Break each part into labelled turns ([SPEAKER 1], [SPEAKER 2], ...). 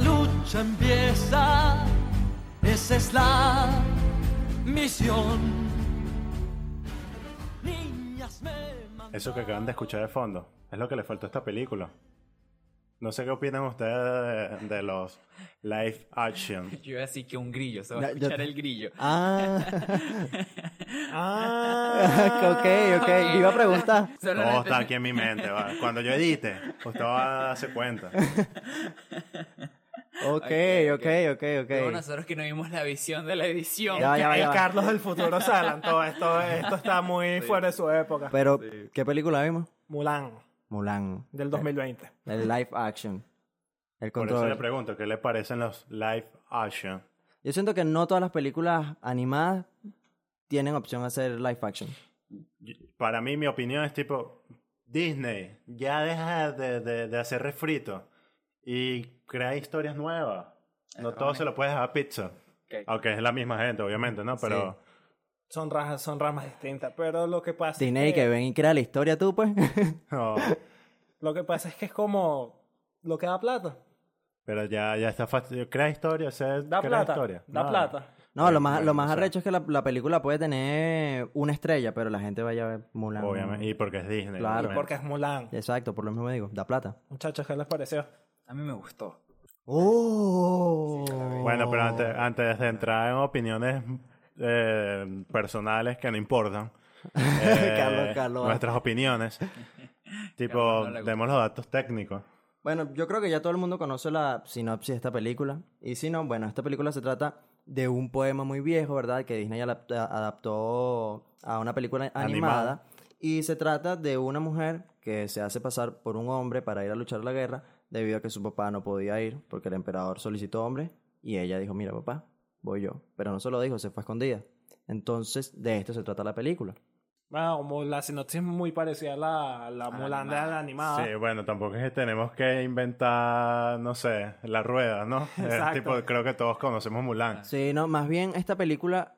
[SPEAKER 1] lucha empieza, esa es la misión. Niñas me mandaron-
[SPEAKER 2] Eso que acaban de escuchar de fondo es lo que le faltó a esta película. No sé qué opinan ustedes de, de los live action.
[SPEAKER 3] Yo iba a decir que un grillo, se va a
[SPEAKER 4] Ya, yo-
[SPEAKER 3] escuchar el grillo.
[SPEAKER 4] Ah,
[SPEAKER 2] Ah,
[SPEAKER 4] ok, ok. Yo iba a preguntar.
[SPEAKER 3] Solo
[SPEAKER 2] Todo
[SPEAKER 3] la-
[SPEAKER 2] está aquí en mi mente. va. Cuando yo edite, usted va a darse cuenta.
[SPEAKER 4] Ok, ok, ok,
[SPEAKER 3] Luego
[SPEAKER 4] ok.
[SPEAKER 3] nosotros que no vimos la visión de la edición.
[SPEAKER 4] Ya, ya, va,
[SPEAKER 5] el
[SPEAKER 4] ya. va.
[SPEAKER 5] Carlos del futuro se adelantó. Esto, esto está muy fuera de su época.
[SPEAKER 4] Pero, ¿qué película vimos?
[SPEAKER 5] Mulan,
[SPEAKER 4] Mulan.
[SPEAKER 5] del 2020.
[SPEAKER 4] El live action. El
[SPEAKER 2] Por eso
[SPEAKER 4] control.
[SPEAKER 2] le pregunto, ¿qué le parecen los live action?
[SPEAKER 4] Yo siento que no todas las películas animadas tienen opción a hacer live action.
[SPEAKER 2] Para mí, mi opinión es tipo, Disney, ya deja de, de- de hacer refrito y crea historias nuevas. No todo se lo puedes dejar a pizza.
[SPEAKER 3] Ok.
[SPEAKER 2] Aunque es la misma gente, obviamente, ¿no? Pero...
[SPEAKER 5] Son ramas, son ramas distintas. Pero lo que pasa
[SPEAKER 4] Disney
[SPEAKER 5] es
[SPEAKER 4] que ven y crea la historia tú, pues.
[SPEAKER 2] no,
[SPEAKER 5] lo que pasa es que es como lo que da plata.
[SPEAKER 2] pero ya, ya está fácil. Crea historia, o sea,
[SPEAKER 5] Da
[SPEAKER 2] crea
[SPEAKER 5] plata.
[SPEAKER 2] historia.
[SPEAKER 5] Da
[SPEAKER 2] No.
[SPEAKER 5] plata.
[SPEAKER 4] No, lo más, lo
[SPEAKER 2] Bueno,
[SPEAKER 4] más
[SPEAKER 2] o sea.
[SPEAKER 4] arrecho es que la, la película puede tener una estrella, pero la gente vaya a ver Mulan. ¿no?
[SPEAKER 2] Obviamente. Y porque es Disney.
[SPEAKER 4] Claro.
[SPEAKER 2] obviamente.
[SPEAKER 5] Porque es Mulan.
[SPEAKER 4] Exacto, por lo mismo digo, da plata.
[SPEAKER 5] Muchachos, ¿qué les pareció?
[SPEAKER 3] A mí me gustó.
[SPEAKER 4] ¡Oh!
[SPEAKER 2] Bueno, pero antes, antes de entrar en opiniones eh, personales que no importan, eh,
[SPEAKER 4] Carlos, Carlos.
[SPEAKER 2] nuestras opiniones, tipo,
[SPEAKER 3] Carlos no le gusta.
[SPEAKER 2] demos los datos técnicos.
[SPEAKER 4] Bueno, yo creo que ya todo el mundo conoce la sinopsis de esta película. Y si no, bueno, esta película se trata de un poema muy viejo, ¿verdad? Que Disney adap- adaptó a una película animada.
[SPEAKER 2] Animada.
[SPEAKER 4] Y se trata de una mujer que se hace pasar por un hombre para ir a luchar la guerra debido a que su papá no podía ir porque el emperador solicitó hombre. Y ella dijo, mira papá, voy yo. Pero no se lo dijo, se fue a escondida. Entonces, de esto se trata la película.
[SPEAKER 5] Bueno, Ah, como la sinopsis es muy parecida a la, a la Mulan de la animada.
[SPEAKER 2] Sí, bueno, tampoco es que tenemos que inventar, no sé, la rueda, ¿no? Es
[SPEAKER 5] Exacto.
[SPEAKER 2] tipo, creo que todos conocemos Mulan.
[SPEAKER 3] Ah.
[SPEAKER 4] Sí, no, más bien esta película,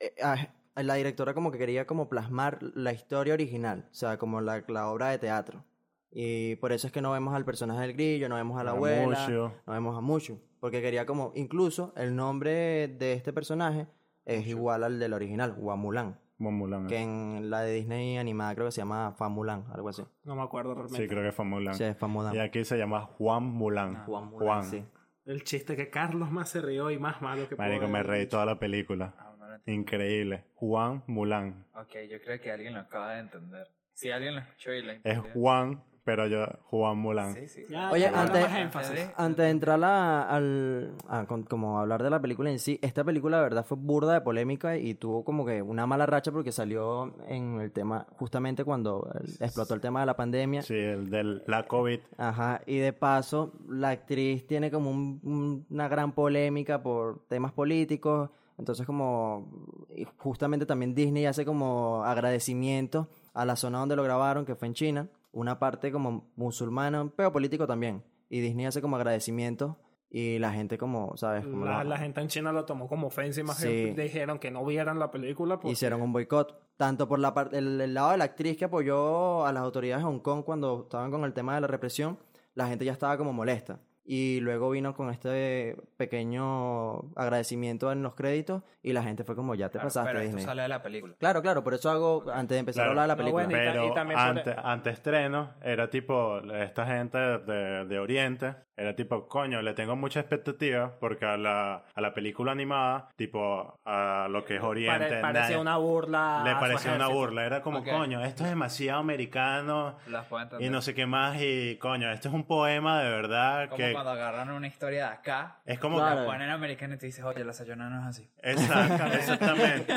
[SPEAKER 4] eh, ah, la directora como que quería como plasmar la historia original, o sea, como la, la obra de teatro. Y por eso es que no vemos al personaje del grillo, no vemos a la
[SPEAKER 2] A
[SPEAKER 4] abuela,
[SPEAKER 2] Mushu.
[SPEAKER 4] no vemos a Mushu, porque quería como, incluso el nombre de este personaje es igual al del original, Guamulán,
[SPEAKER 2] Como Mulan.
[SPEAKER 4] que en la de Disney animada creo que se llama Famulán, algo así.
[SPEAKER 5] No me acuerdo
[SPEAKER 2] Sí,
[SPEAKER 5] realmente.
[SPEAKER 2] creo que fue Mulan.
[SPEAKER 4] Sí, es Famudán.
[SPEAKER 2] Y aquí se llama Juan Mulan.
[SPEAKER 4] Juan Mulán, sí.
[SPEAKER 5] El chiste que Carlos más se rió y más malo que
[SPEAKER 2] Marico,
[SPEAKER 5] pudo
[SPEAKER 2] me
[SPEAKER 5] haber
[SPEAKER 2] reí
[SPEAKER 5] dicho.
[SPEAKER 2] toda la película.
[SPEAKER 3] Ah, no lo entendí.
[SPEAKER 2] Increíble. Juan Mulan.
[SPEAKER 3] Ok, yo creo que alguien lo acaba de entender. Si alguien lo escuchó y lo
[SPEAKER 2] Es
[SPEAKER 3] entendió.
[SPEAKER 2] Juan, pero yo Juan Mulan.
[SPEAKER 3] Sí, sí.
[SPEAKER 5] Ya,
[SPEAKER 4] Oye,
[SPEAKER 5] ya, ya,
[SPEAKER 4] antes-
[SPEAKER 5] más énfasis.
[SPEAKER 4] Antes de entrar a- al, a con- como hablar de la película en sí, esta película de verdad fue burda de polémica y tuvo como que una mala racha porque salió en el tema, justamente cuando el- explotó el tema de la pandemia.
[SPEAKER 2] Sí, el de la COVID.
[SPEAKER 4] Ajá, y de paso, la actriz tiene como un- un- una gran polémica por temas políticos, entonces como y justamente también Disney hace como agradecimiento a la zona donde lo grabaron, que fue en China, una parte como musulmana, pero político también, y Disney hace como agradecimiento y la gente como, ¿sabes? Como
[SPEAKER 5] La,
[SPEAKER 4] la-
[SPEAKER 5] la gente en China lo tomó como ofensa y más
[SPEAKER 4] Sí.
[SPEAKER 5] bien dijeron que no vieran la película. Pues,
[SPEAKER 4] hicieron un boicot. Tanto por la parte, el, el lado de la actriz que apoyó a las autoridades de Hong Kong cuando estaban con el tema de la represión, la gente ya estaba como molesta. Y luego vino con este pequeño agradecimiento en los créditos y la gente fue como, ya te
[SPEAKER 3] Claro,
[SPEAKER 4] pasaste,
[SPEAKER 3] pero esto
[SPEAKER 4] Disney.
[SPEAKER 3] sale de la película.
[SPEAKER 4] Claro, claro, por eso hago, antes de empezar
[SPEAKER 2] Claro.
[SPEAKER 4] a hablar de la
[SPEAKER 5] No,
[SPEAKER 4] película.
[SPEAKER 5] Ah, bueno, y ta-
[SPEAKER 2] Pero
[SPEAKER 5] también por-
[SPEAKER 2] ante, ante estreno, era tipo, esta gente de, de Oriente, era tipo, coño, le tengo mucha expectativa porque a la, a la película animada, tipo, a lo que es
[SPEAKER 5] pare-
[SPEAKER 2] Oriente,
[SPEAKER 5] parecía
[SPEAKER 2] nadie-
[SPEAKER 5] una burla. a
[SPEAKER 2] le
[SPEAKER 5] su
[SPEAKER 2] parecía una
[SPEAKER 5] ejército.
[SPEAKER 2] burla. Era como,
[SPEAKER 3] Ok.
[SPEAKER 2] coño, esto es demasiado americano
[SPEAKER 3] Las puedo entender.
[SPEAKER 2] y no sé qué más. Y, coño, esto es un poema de verdad
[SPEAKER 3] Como
[SPEAKER 2] que...
[SPEAKER 3] cuando agarran una historia de acá,
[SPEAKER 2] Es como
[SPEAKER 4] Claro.
[SPEAKER 3] la ponen americana y te dices, oye, la sayona no es así.
[SPEAKER 2] Exacta- exactamente.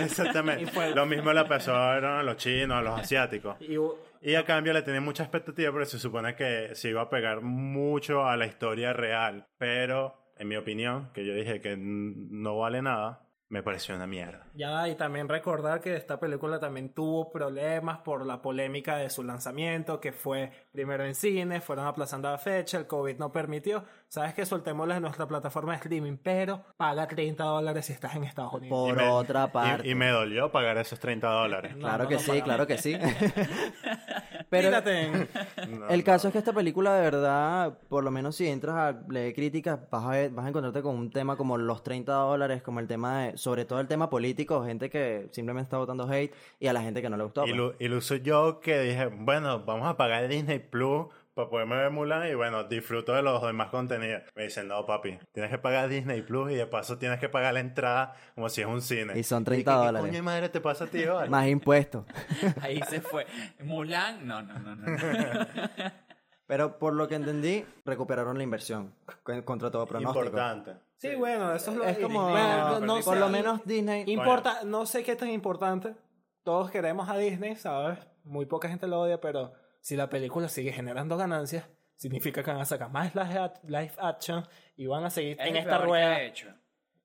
[SPEAKER 2] Exactamente. Lo mismo le pasó a los chinos, a los asiáticos.
[SPEAKER 5] Y u-
[SPEAKER 2] Y a cambio le tenía mucha expectativa porque se supone que se iba a pegar mucho a la historia real. Pero, en mi opinión, que yo dije que n- no vale nada, me pareció una mierda.
[SPEAKER 5] ya, y también recordar que esta película también tuvo problemas por la polémica de su lanzamiento, que fue primero en cine, fueron aplazando la fecha, el COVID no permitió. Sabes que soltémosla en nuestra plataforma de streaming, pero paga 30 dólares si estás en Estados Unidos.
[SPEAKER 4] Por
[SPEAKER 2] Y me-
[SPEAKER 4] otra
[SPEAKER 2] Y,
[SPEAKER 4] parte.
[SPEAKER 2] y me dolió pagar esos 30 dólares.
[SPEAKER 5] No,
[SPEAKER 4] Claro
[SPEAKER 5] no
[SPEAKER 4] que
[SPEAKER 5] lo
[SPEAKER 4] sí,
[SPEAKER 5] pagamos.
[SPEAKER 4] claro que sí. Pero
[SPEAKER 5] Pírate.
[SPEAKER 2] No,
[SPEAKER 4] el
[SPEAKER 2] no.
[SPEAKER 4] caso es que esta película, de verdad, por lo menos si entras a leer críticas, vas a, ver- vas a encontrarte con un tema como los 30 dólares, como el tema de, sobre todo el tema político, gente que simplemente está votando hate y a la gente que no le gustó.
[SPEAKER 2] Y
[SPEAKER 4] pues.
[SPEAKER 2] lo, y lo uso yo que dije, bueno, vamos a pagar Disney Plus para poderme ver Mulan y bueno, disfruto de los demás contenidos. Me dicen, no, papi, tienes que pagar Disney Plus y de paso tienes que pagar la entrada como si es un cine.
[SPEAKER 4] Y son
[SPEAKER 2] ¿qué-
[SPEAKER 4] 30
[SPEAKER 2] qué
[SPEAKER 4] dólares.
[SPEAKER 2] coño de madre te pasa a ti, vale?
[SPEAKER 4] Más impuestos.
[SPEAKER 3] Ahí se fue. Mulan, no, no, no, no.
[SPEAKER 4] Pero por lo que entendí, recuperaron la inversión con- contra todo pronóstico.
[SPEAKER 2] Importante.
[SPEAKER 5] Sí, bueno, eso es lo
[SPEAKER 4] Es como,
[SPEAKER 5] Bueno, no- no
[SPEAKER 4] por lo
[SPEAKER 5] sé.
[SPEAKER 4] menos Disney...
[SPEAKER 5] Importa, no sé qué tan importante. Todos queremos a Disney, ¿sabes? Muy poca gente lo odia, pero si la película sigue generando ganancias, significa que van a sacar más live act- live action y van a seguir en esta rueda.
[SPEAKER 3] De hecho.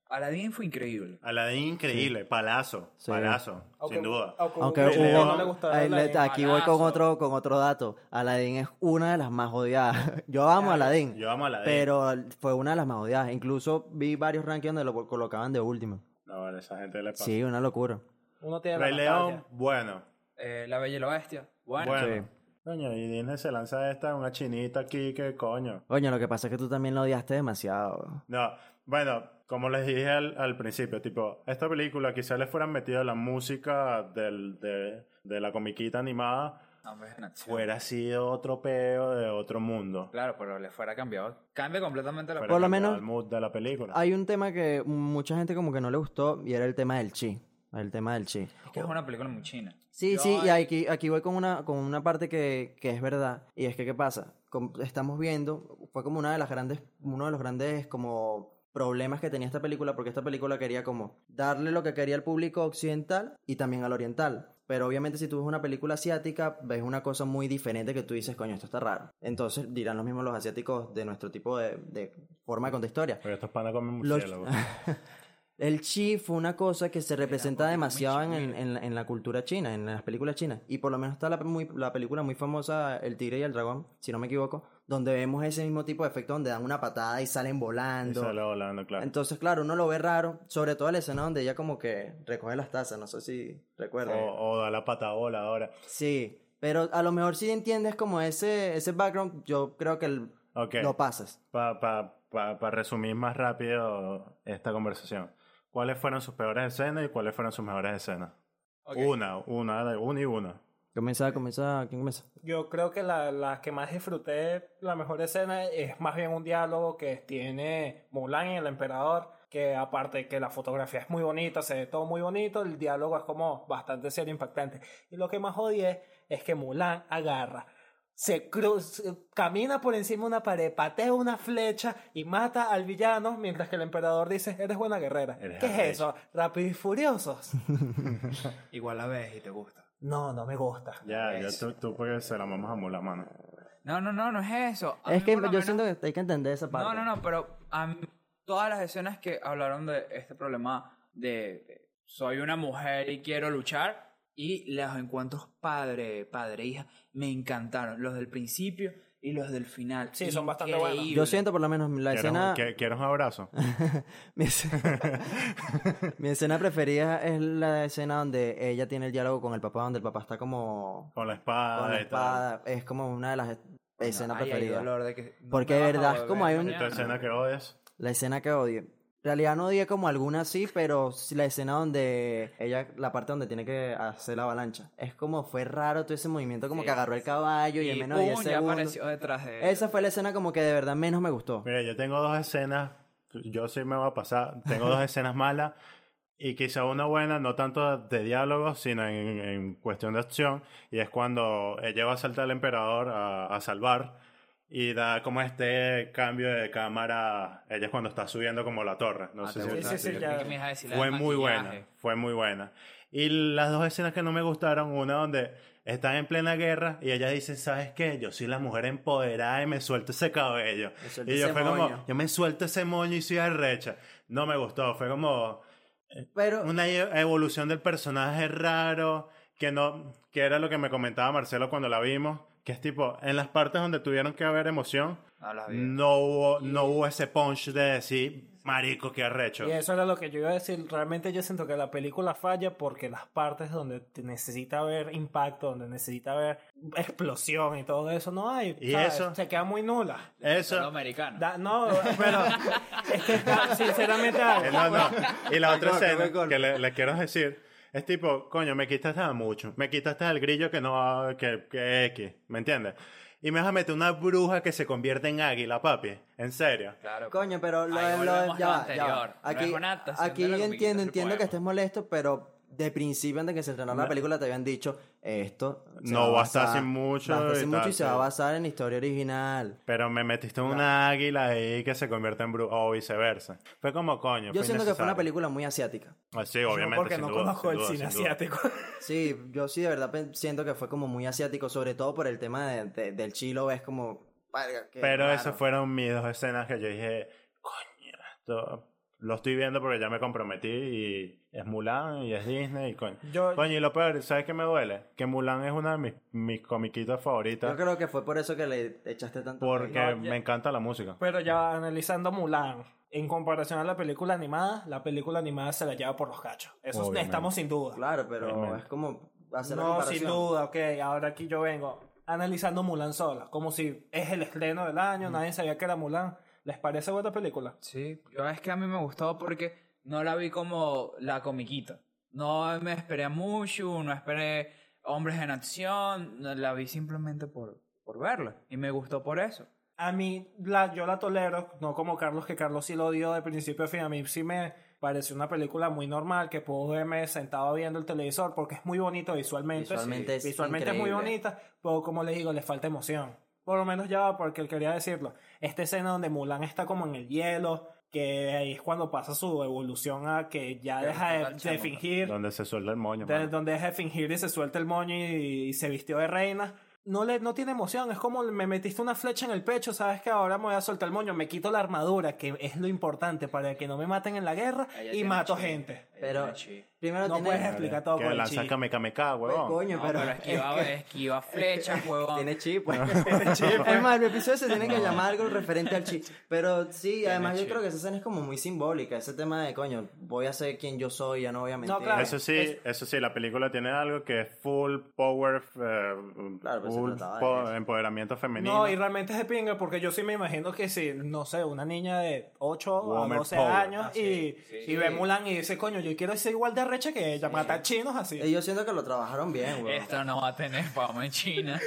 [SPEAKER 3] Aladdin fue increíble.
[SPEAKER 2] Aladdin increíble, palazo,
[SPEAKER 4] Sí.
[SPEAKER 2] palazo,
[SPEAKER 5] Aunque-
[SPEAKER 2] sin duda.
[SPEAKER 5] aunque
[SPEAKER 4] Aunque
[SPEAKER 5] mucha gente
[SPEAKER 4] hubo,
[SPEAKER 5] no le gustaba
[SPEAKER 4] ahí le-
[SPEAKER 5] Aladdin.
[SPEAKER 4] aquí voy con
[SPEAKER 3] Malazo.
[SPEAKER 4] otro, con otro dato. Aladdin es una de las más odiadas. Yo amo a Aladdin,
[SPEAKER 2] Yo amo a Aladdin.
[SPEAKER 4] pero fue una de las más odiadas. Incluso vi varios rankings donde lo colocaban de último.
[SPEAKER 2] No, vale, esa gente le pasa.
[SPEAKER 4] Sí, una locura.
[SPEAKER 5] Uno tiene la
[SPEAKER 2] Rey
[SPEAKER 5] nostalgia.
[SPEAKER 2] León, bueno.
[SPEAKER 3] Eh, la Bella y la Bestia. Bueno.
[SPEAKER 2] Bueno.
[SPEAKER 4] Sí.
[SPEAKER 2] Coño, y Disney se lanza esta, una chinita aquí, que coño.
[SPEAKER 4] Coño, lo que pasa es que tú también lo odiaste demasiado.
[SPEAKER 2] No, bueno, como les dije al, al principio, tipo, esta película quizá les fueran metido la música del, de, de la comiquita animada,
[SPEAKER 3] Hombre, en acción.
[SPEAKER 2] fuera sido otro peo de otro mundo.
[SPEAKER 3] Claro, pero le fuera cambiado. Cambia completamente la
[SPEAKER 2] Fuera
[SPEAKER 4] Por lo
[SPEAKER 2] cambiado
[SPEAKER 4] menos-
[SPEAKER 2] El mood de la película.
[SPEAKER 4] Hay un tema que mucha gente como que no le gustó y era el tema del chi. El tema del chi.
[SPEAKER 3] Es que es una película muy china.
[SPEAKER 4] Sí,
[SPEAKER 3] Yo-
[SPEAKER 4] sí, y aquí, aquí voy con una, con una parte que, que es verdad. Y es que, ¿qué pasa? Com- estamos viendo, fue como una de las grandes, uno de los grandes como problemas que tenía esta película, porque esta película quería como darle lo que quería al público occidental y también al oriental. Pero obviamente si tú ves una película asiática, ves una cosa muy diferente que tú dices, coño, esto está raro. Entonces dirán los mismos los asiáticos de nuestro tipo de, de forma de contar historia.
[SPEAKER 2] Porque estos panas comen
[SPEAKER 4] Los-
[SPEAKER 2] murciélago.
[SPEAKER 4] El chi fue una cosa que se representa
[SPEAKER 3] porque
[SPEAKER 4] demasiado en,
[SPEAKER 3] mucho,
[SPEAKER 4] en,
[SPEAKER 3] mira.
[SPEAKER 4] en la- en la cultura china, en las películas chinas. Y por lo menos está la, muy- la película muy famosa, El tigre y el dragón, si no me equivoco, donde vemos ese mismo tipo de efecto donde dan una patada y salen
[SPEAKER 2] Y
[SPEAKER 4] volando.
[SPEAKER 2] sale volando, claro.
[SPEAKER 4] Entonces, claro, uno lo ve raro, sobre todo la escena donde ella como que recoge las tazas, no sé si
[SPEAKER 2] o,
[SPEAKER 4] recuerdas.
[SPEAKER 2] o da la patabola ahora.
[SPEAKER 4] Sí, pero a lo mejor si entiendes como ese, ese background, yo creo que el-
[SPEAKER 2] Ok,
[SPEAKER 4] lo pasas.
[SPEAKER 2] para resumir más rápido esta conversación. ¿Cuáles fueron sus peores escenas y cuáles fueron sus mejores escenas?
[SPEAKER 3] Ok.
[SPEAKER 2] Una, una, una y una.
[SPEAKER 4] Comienza, comienza, ¿quién comienza?
[SPEAKER 5] Yo creo que la, la que más disfruté, la mejor escena, es más bien un diálogo que tiene Mulan y el emperador, que aparte de que la fotografía es muy bonita, se ve todo muy bonito, el diálogo es como bastante serio, impactante. Y lo que más odié es que Mulan agarra, se cruza, camina por encima de una pared, patea una flecha y mata al villano, mientras que el emperador dice, eres buena guerrera.
[SPEAKER 2] Eres
[SPEAKER 5] ¿Qué es
[SPEAKER 2] arrecha.
[SPEAKER 5] eso? Rápido y furiosos.
[SPEAKER 3] Igual la ves y te gusta.
[SPEAKER 5] No, no me gusta.
[SPEAKER 2] Ya, ya
[SPEAKER 3] Eso.
[SPEAKER 2] tú, tú porque se la mamás a Mulan, mano.
[SPEAKER 3] No, no, no, no es eso. A
[SPEAKER 4] es
[SPEAKER 3] mí
[SPEAKER 4] que yo
[SPEAKER 3] por lo menos-
[SPEAKER 4] siento que hay que entender esa parte.
[SPEAKER 3] No, no, no, pero a mí, todas las escenas que hablaron de este problema de, de soy una mujer y quiero luchar y los encuentros padre, padre, hija, me encantaron. Los del principio y los del final.
[SPEAKER 5] Sí, son bastante buenos.
[SPEAKER 3] Increíble.
[SPEAKER 4] Yo siento por lo menos la
[SPEAKER 2] ¿Quieres,
[SPEAKER 4] escena...
[SPEAKER 2] un- quie- quieres un abrazo?
[SPEAKER 4] Mi escena, mi escena preferida es la escena donde ella tiene el diálogo con el papá, donde el papá está como
[SPEAKER 2] Con la espada
[SPEAKER 4] con la
[SPEAKER 2] y tal.
[SPEAKER 4] espada. Es como una de las
[SPEAKER 3] Bueno,
[SPEAKER 4] escenas
[SPEAKER 3] ahí hay
[SPEAKER 4] preferidas.
[SPEAKER 3] dolor de que no
[SPEAKER 4] Porque
[SPEAKER 3] me
[SPEAKER 4] de
[SPEAKER 3] vas a
[SPEAKER 4] verdad es como
[SPEAKER 3] volver
[SPEAKER 4] hay un-
[SPEAKER 2] ¿Y tu
[SPEAKER 3] mañana.
[SPEAKER 2] escena que odias?
[SPEAKER 4] La escena que odio. En realidad no odié como alguna sí, pero sí la escena donde ella, la parte donde tiene que hacer la avalancha. Es como fue raro todo ese movimiento, como
[SPEAKER 3] Sí,
[SPEAKER 4] que agarró el caballo y, en menos de
[SPEAKER 3] pum,
[SPEAKER 4] 10
[SPEAKER 3] ya
[SPEAKER 4] segundos.
[SPEAKER 3] apareció detrás de
[SPEAKER 4] Esa fue la escena como que de verdad menos me gustó.
[SPEAKER 2] Mira, yo tengo dos escenas. Yo sí me va a pasar. Tengo dos escenas malas. Y quizá una buena, no tanto de diálogo, sino en, en cuestión de acción. Y es cuando ella va a saltar al emperador a, a salvar. Y da como este cambio de cámara. Ella es cuando está subiendo como la torre. No
[SPEAKER 3] Ah,
[SPEAKER 2] sé
[SPEAKER 3] te
[SPEAKER 2] si
[SPEAKER 3] gusta,
[SPEAKER 5] sí, sí,
[SPEAKER 3] yo
[SPEAKER 5] ya.
[SPEAKER 3] creí que me ibas a decir la
[SPEAKER 2] Fue
[SPEAKER 3] del
[SPEAKER 2] muy
[SPEAKER 3] maquillaje.
[SPEAKER 2] buena, fue muy buena. Y las dos escenas que no me gustaron, una donde están en plena guerra y ella dice, ¿sabes qué? Yo soy la mujer empoderada y me suelto ese cabello.
[SPEAKER 4] Me suelto
[SPEAKER 2] Y yo
[SPEAKER 4] ese
[SPEAKER 2] fue
[SPEAKER 4] moño.
[SPEAKER 2] como, yo me suelto ese moño y soy arrecha. No me gustó, fue como
[SPEAKER 4] Pero
[SPEAKER 2] una e- evolución del personaje raro, que no, que era lo que me comentaba Marcelo cuando la vimos, que es tipo, en las partes donde tuvieron que haber emoción,
[SPEAKER 3] No, las vi.
[SPEAKER 2] no hubo, no hubo ese punch de decir, Marico, qué arrecho.
[SPEAKER 5] Y eso era lo que yo iba a decir. Realmente yo siento que la película falla porque las partes donde te necesita haber impacto, donde necesita haber explosión y todo eso, no hay.
[SPEAKER 2] ¿Y eso?
[SPEAKER 5] Se queda muy nula.
[SPEAKER 3] Lo
[SPEAKER 2] Eso.
[SPEAKER 3] americano.
[SPEAKER 5] Da- no, pero es que está- sinceramente...
[SPEAKER 2] Eh, No, no. Y la otra
[SPEAKER 4] Mejor,
[SPEAKER 2] escena
[SPEAKER 4] mejor.
[SPEAKER 2] que le, le quiero decir es tipo, coño, me quitaste a mucho. Me quitaste al grillo que no. que, que X. ¿Me entiendes? Y me vas a meter una bruja que se convierte en águila, papi. En serio.
[SPEAKER 3] Claro. pues.
[SPEAKER 4] Coño, pero lo,
[SPEAKER 3] Ahí
[SPEAKER 4] lo-
[SPEAKER 3] volvemos a lo
[SPEAKER 4] ya va, ya va.
[SPEAKER 3] anterior. No
[SPEAKER 4] Aquí,
[SPEAKER 3] es una adaptación
[SPEAKER 4] aquí
[SPEAKER 3] de lo que
[SPEAKER 4] entiendo,
[SPEAKER 3] quitaste el
[SPEAKER 4] entiendo que
[SPEAKER 3] poema.
[SPEAKER 4] estés molesto, pero de principio, antes de que se estrenara la
[SPEAKER 2] No.
[SPEAKER 4] película, te habían dicho esto. se
[SPEAKER 2] No va a estar
[SPEAKER 4] basar-
[SPEAKER 2] sin mucho
[SPEAKER 4] Va a estar
[SPEAKER 2] y
[SPEAKER 4] sin mucho
[SPEAKER 2] tal,
[SPEAKER 4] y se
[SPEAKER 2] sí.
[SPEAKER 4] va a basar en la historia original.
[SPEAKER 2] Pero me metiste una águila ahí que se convierte en bruja o viceversa. Fue como coño.
[SPEAKER 4] Yo siento que fue una
[SPEAKER 2] innecesario.
[SPEAKER 4] película muy asiática.
[SPEAKER 2] Ah, Sí, obviamente.
[SPEAKER 5] porque
[SPEAKER 2] sin
[SPEAKER 5] no
[SPEAKER 2] duda, sin
[SPEAKER 5] conozco el
[SPEAKER 2] duda,
[SPEAKER 5] cine
[SPEAKER 2] sin duda.
[SPEAKER 5] asiático.
[SPEAKER 4] Sí, yo sí de verdad pen- siento que fue como muy asiático, sobre todo por el tema de- de- del chilo, es como... "Verga, qué
[SPEAKER 2] Pero
[SPEAKER 4] raro".
[SPEAKER 2] esas fueron mis dos escenas que yo dije, coño, esto lo estoy viendo porque ya me comprometí y es Mulan y es Disney y coño.
[SPEAKER 5] Yo-
[SPEAKER 2] Coño, y lo peor, ¿sabes qué me duele? Que Mulan es una de mis, mis comiquitas favoritas
[SPEAKER 4] Yo creo que fue por eso que le echaste tanto...
[SPEAKER 2] porque
[SPEAKER 5] No, ya- Pues,
[SPEAKER 2] me encanta la música.
[SPEAKER 5] Pero ya analizando Mulan, en comparación a la película animada, la película animada se la lleva por los cachos. Eso
[SPEAKER 2] Obviamente.
[SPEAKER 5] estamos sin duda.
[SPEAKER 4] Claro, pero
[SPEAKER 2] Realmente.
[SPEAKER 4] es como hacer la
[SPEAKER 5] No,
[SPEAKER 4] comparación.
[SPEAKER 5] sin duda, ok. Ahora aquí yo vengo analizando Mulan sola, como si es el estreno del año, nadie sabía que era Mulan. ¿Les parece buena película?
[SPEAKER 3] Sí, yo es que a mí me gustó porque no la vi como la comiquita. No me esperé a Mushu, no esperé hombres en acción, no, la vi simplemente por, por verla y me gustó por eso.
[SPEAKER 5] A mí, la, yo la tolero, no como Carlos, que Carlos sí lo dio de principio a fin. A mí sí me pareció una película muy normal, que puedo verme sentado viendo el televisor, porque es muy bonito visualmente.
[SPEAKER 4] Visualmente es
[SPEAKER 5] visualmente es muy
[SPEAKER 4] increíble.
[SPEAKER 5] bonita, pero como les digo, le falta emoción. Por lo menos ya, va, porque quería decirlo. Esta escena donde Mulan está como en el hielo, que ahí es cuando pasa su evolución a que ya
[SPEAKER 3] Que
[SPEAKER 5] deja
[SPEAKER 3] está
[SPEAKER 5] de- de,
[SPEAKER 3] marchando,
[SPEAKER 5] fingir,
[SPEAKER 2] Donde se suelta el moño.
[SPEAKER 5] de-
[SPEAKER 2] mano.
[SPEAKER 5] donde deja de fingir y se suelta el moño y, y se vistió de reina. No, le, no tiene emoción, es como me metiste una flecha en el pecho, sabes que ahora me voy a soltar el moño, me quito la armadura, que es lo importante para que no me maten en la guerra,
[SPEAKER 3] Ella
[SPEAKER 5] y
[SPEAKER 3] tiene
[SPEAKER 5] mato
[SPEAKER 3] chi,
[SPEAKER 5] gente.
[SPEAKER 3] ella
[SPEAKER 4] Pero-
[SPEAKER 3] tiene chi.
[SPEAKER 4] Primero
[SPEAKER 5] No
[SPEAKER 4] tiene...
[SPEAKER 5] puedes explicar todo
[SPEAKER 2] que
[SPEAKER 5] por el Pues,
[SPEAKER 2] lanza
[SPEAKER 5] chi.
[SPEAKER 2] Kamehameha, huevón.
[SPEAKER 4] Pues, Coño,
[SPEAKER 3] No,
[SPEAKER 4] pero...
[SPEAKER 3] pero, esquiva, esquiva flechas, huevón.
[SPEAKER 4] Tiene chip, pues. Es más, el episodio se tiene que llamar algo referente al chip. Pero sí, además yo
[SPEAKER 3] chip.
[SPEAKER 4] creo que esa escena es como muy simbólica. Ese tema de, coño, voy a ser quien yo soy, ya no voy a mentir.
[SPEAKER 5] claro.
[SPEAKER 2] Eso sí,
[SPEAKER 5] Es-
[SPEAKER 2] eso sí, la película tiene algo que es full power, eh,
[SPEAKER 4] Claro, pues se
[SPEAKER 2] full
[SPEAKER 4] trataba de
[SPEAKER 2] po-
[SPEAKER 4] eso.
[SPEAKER 2] empoderamiento femenino.
[SPEAKER 5] No, y realmente es de pinga, porque yo sí me imagino que si, no sé, una niña de 8 a
[SPEAKER 2] Woman
[SPEAKER 5] 12
[SPEAKER 2] power.
[SPEAKER 5] años
[SPEAKER 3] Ah,
[SPEAKER 5] y,
[SPEAKER 3] sí, sí.
[SPEAKER 5] y ve Mulan y dice, coño, yo quiero ser igual de recha que ella, matar chinos así.
[SPEAKER 4] Y yo siento que lo trabajaron bien, güey.
[SPEAKER 3] Esto no va a tener fama en China.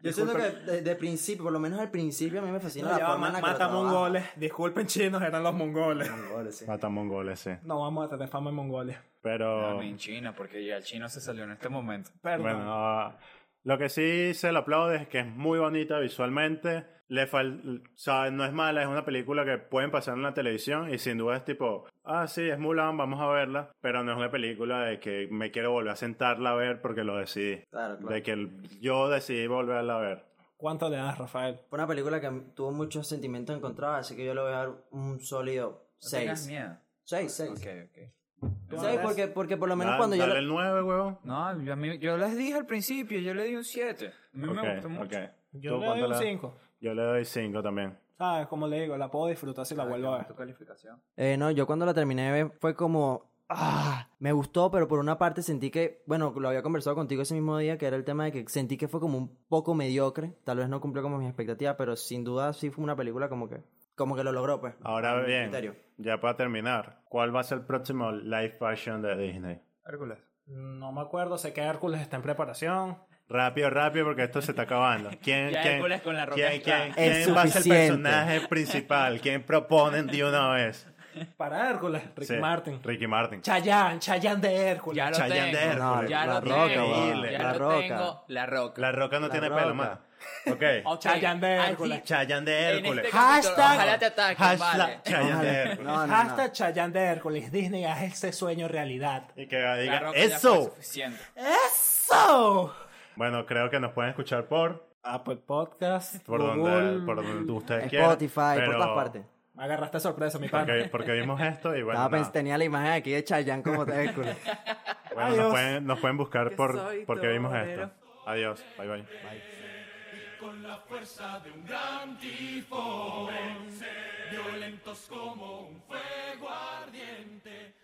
[SPEAKER 4] Yo siento que de, de principio, por lo menos al principio, a mí me fascina
[SPEAKER 5] No,
[SPEAKER 4] la
[SPEAKER 5] ya va,
[SPEAKER 4] forma en
[SPEAKER 5] ma-
[SPEAKER 4] la que lo
[SPEAKER 5] mata
[SPEAKER 4] trabaja.
[SPEAKER 5] mongoles. Disculpen chinos, eran los mongoles.
[SPEAKER 4] Mongoles, sí.
[SPEAKER 2] Mata mongoles, sí.
[SPEAKER 5] No vamos a tener fama en mongoles.
[SPEAKER 2] Pero...
[SPEAKER 3] No, en China, porque ya el chino se salió en este momento.
[SPEAKER 5] Perdón.
[SPEAKER 2] Bueno, ah, lo que sí se lo aplaude es que es muy bonita visualmente. Le fal o sea, no es mala, es una película que pueden pasar en la televisión y sin duda es tipo, ah, sí, es Mulan, vamos a verla, pero no es una película de que me quiero volver a sentarla a ver porque lo decidí.
[SPEAKER 4] Ah, Claro, claro.
[SPEAKER 2] De que el- yo decidí volverla a ver.
[SPEAKER 5] ¿Cuánto le das, Rafael?
[SPEAKER 4] Fue una película que tuvo muchos sentimientos encontrados, así que yo le voy a dar un sólido
[SPEAKER 3] No tengas
[SPEAKER 4] 6.
[SPEAKER 3] miedo.
[SPEAKER 4] 6, 6.
[SPEAKER 3] Ok, ok.
[SPEAKER 5] Dale.
[SPEAKER 4] Porque, porque por lo menos
[SPEAKER 2] Da-
[SPEAKER 4] cuando yo...
[SPEAKER 2] Ah, dale
[SPEAKER 4] lo-
[SPEAKER 2] el 9, huevón.
[SPEAKER 3] No, yo, a mí- yo les dije al principio, yo le di un 7. A mí
[SPEAKER 2] Ok,
[SPEAKER 3] me gustó mucho.
[SPEAKER 2] ok.
[SPEAKER 5] Yo
[SPEAKER 2] ¿Tú
[SPEAKER 5] le doy
[SPEAKER 2] cuánto
[SPEAKER 5] un
[SPEAKER 2] das?
[SPEAKER 5] 5.
[SPEAKER 2] Yo le doy 5 también.
[SPEAKER 5] ¿Sabes? Como le digo, la puedo disfrutar si la vuelvo a ver.
[SPEAKER 3] tu calificación.
[SPEAKER 4] Eh, no, yo cuando la terminé de ver fue como... Ah, me gustó, pero por una parte sentí que, bueno, lo había conversado contigo ese mismo día, que era el tema de que sentí que fue como un poco mediocre, tal vez no cumplió como mis expectativas, pero sin duda sí fue una película como que, como que lo logró, pues. a
[SPEAKER 2] Ahora
[SPEAKER 4] mi
[SPEAKER 2] bien,
[SPEAKER 4] criterio.
[SPEAKER 2] ya para terminar, ¿cuál va a ser el próximo live fashion de Disney?
[SPEAKER 3] Hércules.
[SPEAKER 5] No me acuerdo, sé que Hércules está en preparación.
[SPEAKER 2] Rápido, rápido, porque esto se está acabando. ¿Quién,
[SPEAKER 3] Ya
[SPEAKER 2] quién,
[SPEAKER 3] Hércules con la roca
[SPEAKER 2] quién,
[SPEAKER 3] está.
[SPEAKER 2] quién-
[SPEAKER 4] Es
[SPEAKER 2] quién va a ser el
[SPEAKER 4] suficiente.
[SPEAKER 2] personaje principal? ¿Quién proponen de una vez?
[SPEAKER 5] Para Hércules, Rick
[SPEAKER 2] Sí,
[SPEAKER 5] Martin.
[SPEAKER 2] Ricky Martin.
[SPEAKER 5] Chayanne, Chayanne de Hércules.
[SPEAKER 3] Ya lo
[SPEAKER 2] Chayanne de
[SPEAKER 3] tengo.
[SPEAKER 2] Hércules.
[SPEAKER 3] ya
[SPEAKER 4] La
[SPEAKER 3] lo
[SPEAKER 4] Roca,
[SPEAKER 3] tengo.
[SPEAKER 2] va.
[SPEAKER 3] Ya
[SPEAKER 4] La
[SPEAKER 3] lo
[SPEAKER 4] Roca.
[SPEAKER 3] tengo. La roca.
[SPEAKER 2] La Roca no tiene
[SPEAKER 4] Roca.
[SPEAKER 2] pelo, más. Ok.
[SPEAKER 3] Ok,
[SPEAKER 5] Chayanne de
[SPEAKER 3] así-
[SPEAKER 5] Hércules.
[SPEAKER 2] Chayanne de
[SPEAKER 3] en este
[SPEAKER 2] Hércules.
[SPEAKER 3] capítulo,
[SPEAKER 5] Hashtag-
[SPEAKER 3] Ojalá te ataquen,
[SPEAKER 2] Hashtag
[SPEAKER 3] vale.
[SPEAKER 2] Chayanne de
[SPEAKER 4] Ojalá.
[SPEAKER 2] Hércules.
[SPEAKER 4] No, no, no.
[SPEAKER 5] Hasta Chayanne de Hércules. Disney, haz ese sueño realidad.
[SPEAKER 2] Y que
[SPEAKER 3] La
[SPEAKER 2] diga,
[SPEAKER 3] Roca ya fue
[SPEAKER 2] ¡eso!
[SPEAKER 3] suficiente.
[SPEAKER 5] ¡Eso!
[SPEAKER 2] Bueno, creo que nos pueden escuchar por...
[SPEAKER 5] Apple Podcast,
[SPEAKER 2] Por
[SPEAKER 5] Google.
[SPEAKER 2] donde, por donde ustedes quieran.
[SPEAKER 4] Spotify,
[SPEAKER 2] pero-
[SPEAKER 4] por todas partes.
[SPEAKER 5] Me agarraste sorpresa, mi pana.
[SPEAKER 2] Porque, porque vimos esto y bueno,
[SPEAKER 4] Estaba
[SPEAKER 2] nada.
[SPEAKER 4] pens- tenía la imagen aquí de Chayanne como de Hércules.
[SPEAKER 2] Bueno, nos,
[SPEAKER 5] Adiós.
[SPEAKER 2] pueden, nos pueden buscar por,
[SPEAKER 1] soy
[SPEAKER 2] porque vimos esto.
[SPEAKER 1] torero.
[SPEAKER 2] Adiós. Bye, bye.
[SPEAKER 1] con la fuerza de un gran tifón. Violentos violentos como un fuego ardiente.